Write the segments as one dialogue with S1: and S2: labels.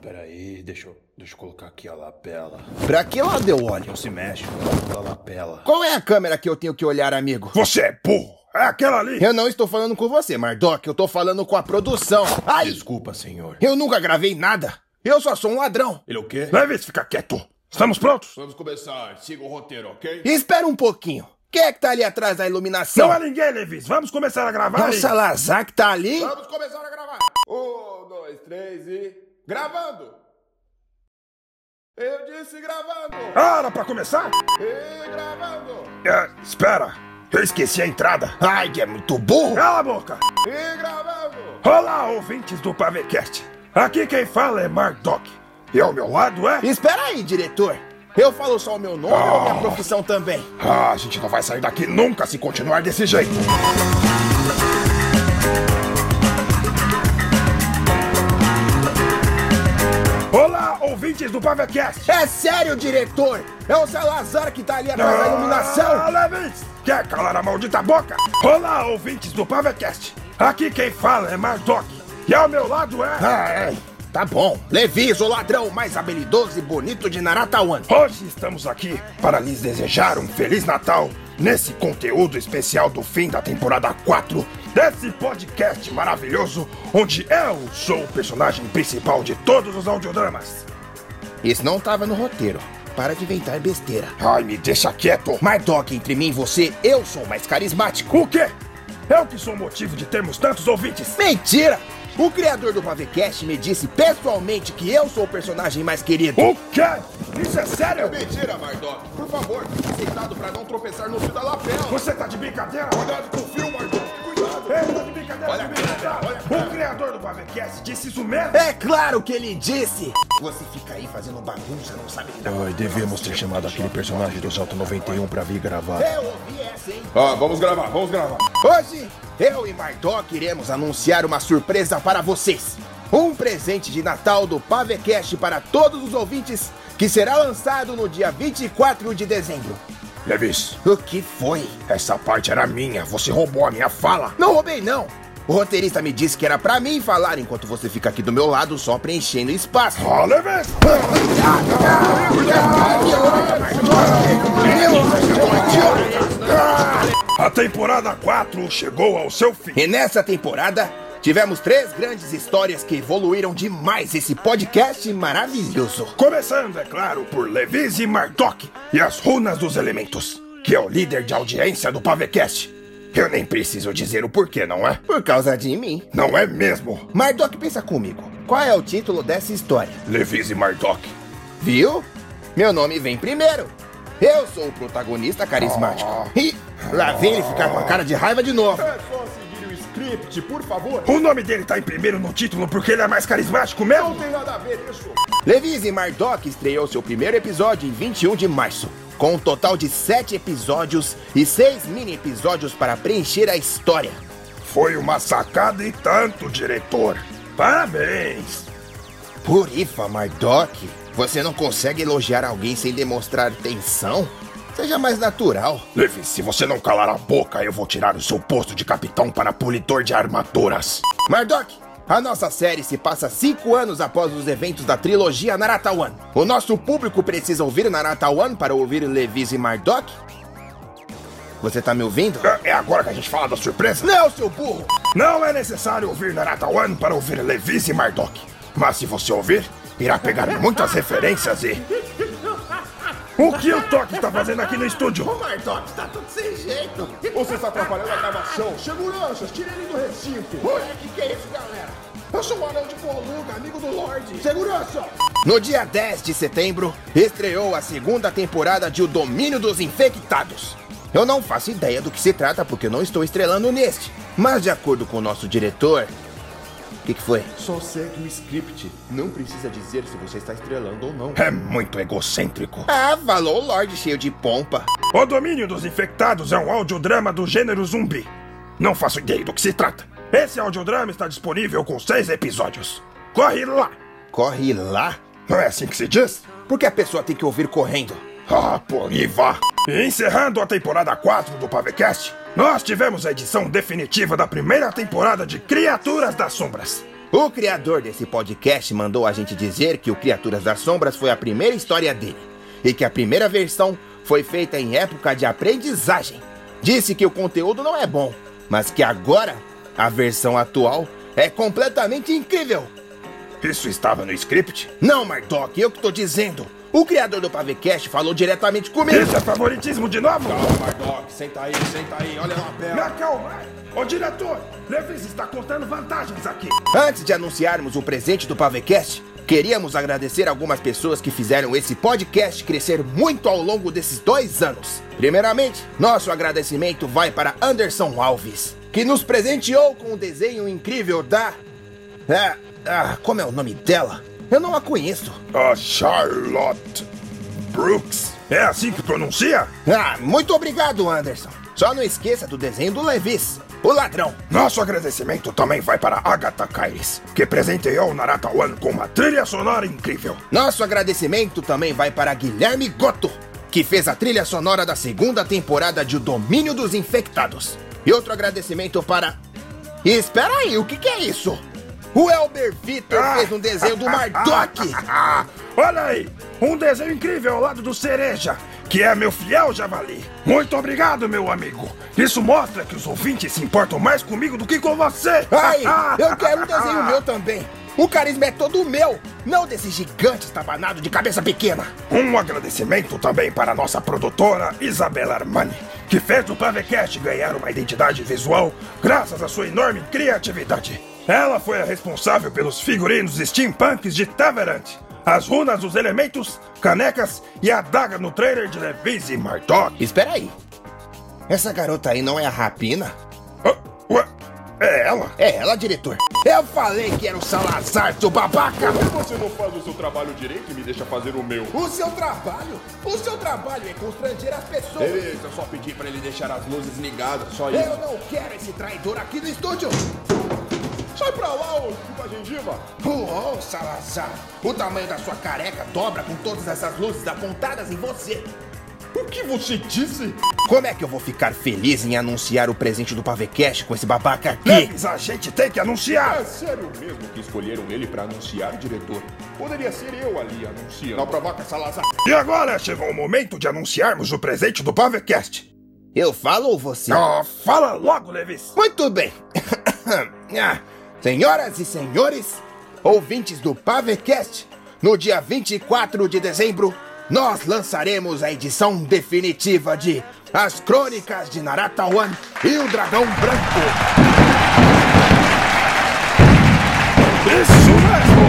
S1: Peraí, deixa eu, deixa eu colocar aqui a lapela.
S2: Pra que lado eu olho?
S1: Não se mexe, a lapela.
S2: Qual é a câmera que eu tenho que olhar, amigo?
S1: Você é burro! É aquela ali!
S2: Eu não estou falando com você, Mardoc. Eu tô falando com a produção. Ai!
S1: Desculpa, senhor.
S2: Eu nunca gravei nada. Eu só sou um ladrão.
S1: Ele é o quê?
S3: Leves, fica quieto. Estamos prontos?
S1: Vamos começar. Siga o roteiro, ok?
S2: Espera um pouquinho. Quem é que tá ali atrás da iluminação?
S3: Não há ninguém, Levis. Vamos começar a gravar.
S2: É o
S3: aí.
S2: Salazar que tá ali?
S1: Vamos começar a gravar. Um, dois, três e... Gravando! Eu disse gravando!
S3: Ah, era pra começar?
S1: E gravando!
S3: É, espera. Eu esqueci a entrada.
S2: Ai, que é muito burro.
S3: Cala a boca.
S1: E gravando!
S3: Olá, ouvintes do Pavecast. Aqui quem fala é Mardoc. E ao meu lado é...
S2: Espera aí, diretor. Eu falo só o meu nome ou minha profissão também?
S3: Ah, a gente não vai sair daqui nunca se continuar desse jeito. Olá, ouvintes do Pavecast.
S2: É sério, diretor. É o Salazar que tá ali atrás da iluminação.
S3: Ah, Levis! Quer calar a maldita boca? Olá, ouvintes do Pavecast. Aqui quem fala é Mardoc. E ao meu lado é...
S2: Ah, é. Tá bom. Levis, o ladrão mais habilidoso e bonito de Naratawan.
S3: Hoje estamos aqui para lhes desejar um Feliz Natal nesse conteúdo especial do fim da temporada 4 desse podcast maravilhoso onde eu sou o personagem principal de todos os audiodramas.
S2: Isso não tava no roteiro. Para de inventar besteira.
S3: Ai, me deixa quieto.
S2: Mardoc, entre mim e você, eu sou mais carismático.
S3: O quê? Eu que sou o motivo de termos tantos ouvintes.
S2: Mentira! O criador do Pavecast me disse pessoalmente que eu sou o personagem mais querido.
S3: O quê? Isso é sério?
S1: Mentira, Mardoc! Por favor, fique sentado pra não tropeçar no fio da lapela!
S3: Você tá de brincadeira?
S1: Cuidado com o fio, Mardoc! Cuidado!
S3: Ei, tá de brincadeira
S1: Olha a
S3: comigo,
S1: câmera,
S3: tá?
S1: olha a câmera.
S3: O criador do Pavecast disse isso mesmo?
S2: É claro que ele disse! Você fica aí fazendo bagunça, não sabe lidar.
S1: Ai, devíamos ter chamado aquele personagem do Salto 91 pra vir gravar.
S2: Eu ouvi essa, hein?
S1: Ah, vamos gravar, vamos gravar.
S2: Hoje, eu e Mardoc iremos anunciar uma surpresa para vocês. Um presente de Natal do Pavecast para todos os ouvintes que será lançado no dia 24 de dezembro.
S3: Levis,
S2: O que foi?
S3: essa parte era minha. Você roubou a minha fala.
S2: Não roubei, não. O roteirista me disse que era pra mim falar enquanto você fica aqui do meu lado só preenchendo espaço.
S3: Ah, Levis! A temporada 4 chegou ao seu fim.
S2: E nessa temporada, tivemos três grandes histórias que evoluíram demais esse podcast maravilhoso.
S3: Começando, é claro, por Levis e Mardok e as Runas dos Elementos, que é o líder de audiência do Pavecast. Eu nem preciso dizer o porquê, não é?
S2: Por causa de mim.
S3: Não é mesmo?
S2: Mardok, pensa comigo. Qual é o título dessa história?
S3: Levis e Mardok.
S2: Viu? Meu nome vem primeiro. Eu sou o protagonista carismático. E lá vem ele ficar com a cara de raiva de novo.
S1: É só seguir o script, por favor.
S3: O nome dele tá em primeiro no título porque ele é mais carismático
S1: Não
S3: mesmo?
S1: tem nada a ver isso.
S2: Levise Mardok estreou seu primeiro episódio em 21 de março, com um total de 7 episódios e 6 mini episódios para preencher a história.
S3: Foi uma sacada e tanto, diretor. Parabéns!
S2: Purifa Mardok, você não consegue elogiar alguém sem demonstrar tensão? Seja mais natural.
S3: Levis, se você não calar a boca, eu vou tirar o seu posto de capitão para politor de armaduras.
S2: Mardok, a nossa série se passa cinco anos após os eventos da trilogia Naratawan. O nosso público precisa ouvir Naratawan para ouvir Levis e Mardok? Você tá me ouvindo?
S3: É- É agora que a gente fala da surpresa?
S2: Não, seu burro!
S3: Não é necessário ouvir Naratawan para ouvir Levis e Mardok. Mas se você ouvir, irá pegar muitas referências e. O que o Toque tá fazendo aqui no estúdio?
S2: Mardok, tá tudo sem jeito!
S1: Você está atrapalhando a gravação. Seguranças, tira ele do recinto.
S2: Olha que que é isso, galera?
S1: Eu sou o Anão de Poluga, amigo do Lorde.
S2: Segurança! No dia 10 de setembro, estreou a segunda temporada de O Domínio dos Infectados. Eu não faço ideia do que se trata porque eu não estou estrelando neste. Mas de acordo com o nosso diretor. O que, que foi?
S1: Só segue o script. Não precisa dizer se você está estrelando ou não.
S3: É muito egocêntrico.
S2: Ah, falou o Lorde cheio de pompa.
S3: O Domínio dos Infectados é um audiodrama do gênero zumbi. Não faço ideia do que se trata. Esse audiodrama está disponível com seis episódios. Corre lá!
S2: Corre lá?
S3: Não é assim que se diz?
S2: Porque a pessoa tem que ouvir correndo.
S3: Ah, por aí vá! E encerrando a temporada 4 do Pavecast, nós tivemos a edição definitiva da primeira temporada de Criaturas das Sombras.
S2: O criador desse podcast mandou a gente dizer que o Criaturas das Sombras foi a primeira história dele e que a primeira versão foi feita em época de aprendizagem. Disse que o conteúdo não é bom, mas que agora a versão atual é completamente incrível.
S3: Isso estava no script?
S2: Não, Mardoc, eu que tô dizendo. O criador do Pavecast falou diretamente comigo.
S3: Isso é favoritismo de novo?
S1: Calma, Mardoc, senta aí, senta aí, olha lá
S3: Me
S1: perna.
S3: acalmar! Ô diretor, Levis está contando vantagens aqui.
S2: Antes de anunciarmos o presente do Pavecast, queríamos agradecer algumas pessoas que fizeram esse podcast crescer muito ao longo desses dois anos. Primeiramente, nosso agradecimento vai para Anderson Alves, que nos presenteou com o desenho incrível da. Ah, ah, como é o nome dela? Eu não a conheço.
S3: A Charlotte Brooks. É assim que pronuncia?
S2: Ah, muito obrigado, Anderson. Só não esqueça do desenho do Levis, o ladrão.
S3: Nosso agradecimento também vai para Agatha Kairis, que presenteou Narata One com uma trilha sonora incrível.
S2: Nosso agradecimento também vai para Guilherme Goto, que fez a trilha sonora da segunda temporada de O Domínio dos Infectados. E outro agradecimento para. Espera aí, o que, que é isso? O Elber Vitor
S3: Ah.
S2: fez um desenho do Mardok!
S3: Olha aí, um desenho incrível ao lado do Cereja, que é meu fiel javali. Muito obrigado, meu amigo. Isso mostra que os ouvintes se importam mais comigo do que com você.
S2: Ai, eu quero um desenho meu também! O carisma é todo meu, não desse gigante estabanado de cabeça pequena!
S3: Um agradecimento também para nossa produtora Isabela Armani, que fez o Pavecast ganhar uma identidade visual graças à sua enorme criatividade. Ela foi a responsável pelos figurinos steampunks de Taverant, as runas dos elementos, canecas e a daga no trailer de Levis e Mardok.
S2: Espera aí! Essa garota aí não é a rapina?
S3: Ah, ué, é ela?
S2: É ela, diretor! Eu falei que era o Salazar, seu babaca!
S1: Por que você não faz o seu trabalho direito e me deixa fazer o meu?
S2: O seu trabalho? O seu trabalho é constranger as pessoas.
S1: Beleza, eu só pedi pra ele deixar as luzes ligadas, só
S2: Eu
S1: isso.
S2: não quero esse traidor aqui no estúdio.
S1: Sai pra lá, ô chupa gengiva!
S2: Uou, Salazar. O tamanho da sua careca dobra com todas essas luzes apontadas em você.
S1: O que você disse?
S2: Como é que eu vou ficar feliz em anunciar o presente do Pavecast com esse babaca
S1: Né?
S2: aqui?
S3: Levis, a gente tem que anunciar!
S1: É sério mesmo que escolheram ele pra anunciar, diretor? Poderia ser eu ali anunciando. Não provoca, Salazar!
S3: E agora chegou o momento de anunciarmos o presente do Pavecast.
S2: Eu falo ou você?
S3: Ah, fala logo, Levis!
S2: Muito bem. Ah, Senhoras e senhores, ouvintes do Pavecast, no dia 24 de dezembro, nós lançaremos a edição definitiva de As Crônicas de Narata One e o Dragão Branco.
S3: Isso mesmo!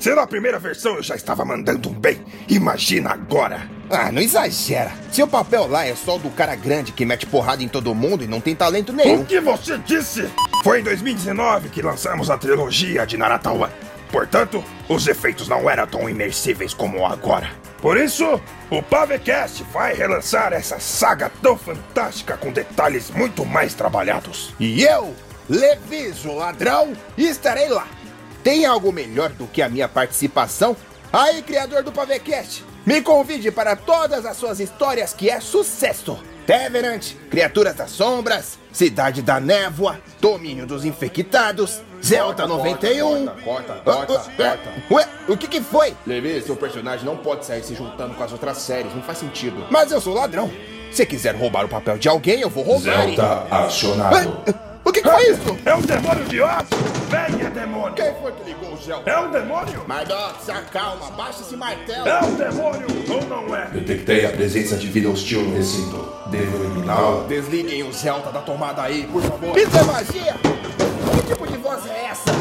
S3: Se na primeira versão eu já estava mandando um bem, imagina agora!
S2: Ah, não exagera. Seu papel lá é só o do cara grande que mete porrada em todo mundo e não tem talento
S3: O
S2: nenhum.
S3: que você disse? Foi em 2019 que lançamos a trilogia de Naratawa. Portanto, os efeitos não eram tão imersíveis como agora. Por isso, o Pavecast vai relançar essa saga tão fantástica com detalhes muito mais trabalhados.
S2: E eu, Levis, o ladrão, estarei lá. Tem algo melhor do que a minha participação? Aí, criador do Pavecast, me convide para todas as suas histórias que é sucesso. Teverant, Criaturas das Sombras, Cidade da Névoa, Domínio dos Infectados,
S1: Corta,
S2: Zelda 91...
S1: corta, corta,
S2: Ah, ah,
S1: corta.
S2: Ué, o que que foi?
S1: Levi, seu personagem não pode sair se juntando com as outras séries, não faz sentido.
S2: Mas eu sou ladrão. Se quiser roubar o papel de alguém, eu vou roubar. hein?
S1: acionado.
S2: Ah, O que, que foi isso?
S3: É um demônio de Oz! Venha, demônio!
S1: Quem foi que ligou o gel?
S3: É um demônio?
S2: Mardoc, se acalma, abaixa esse martelo.
S3: É um demônio ou não é?
S4: Detectei a presença de vida hostil no recinto. Devo eliminá-la.
S1: Desliguem o Zelda da tomada aí, por favor.
S2: Isso é magia? Que tipo de voz é essa?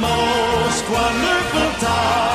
S5: most wonderful time.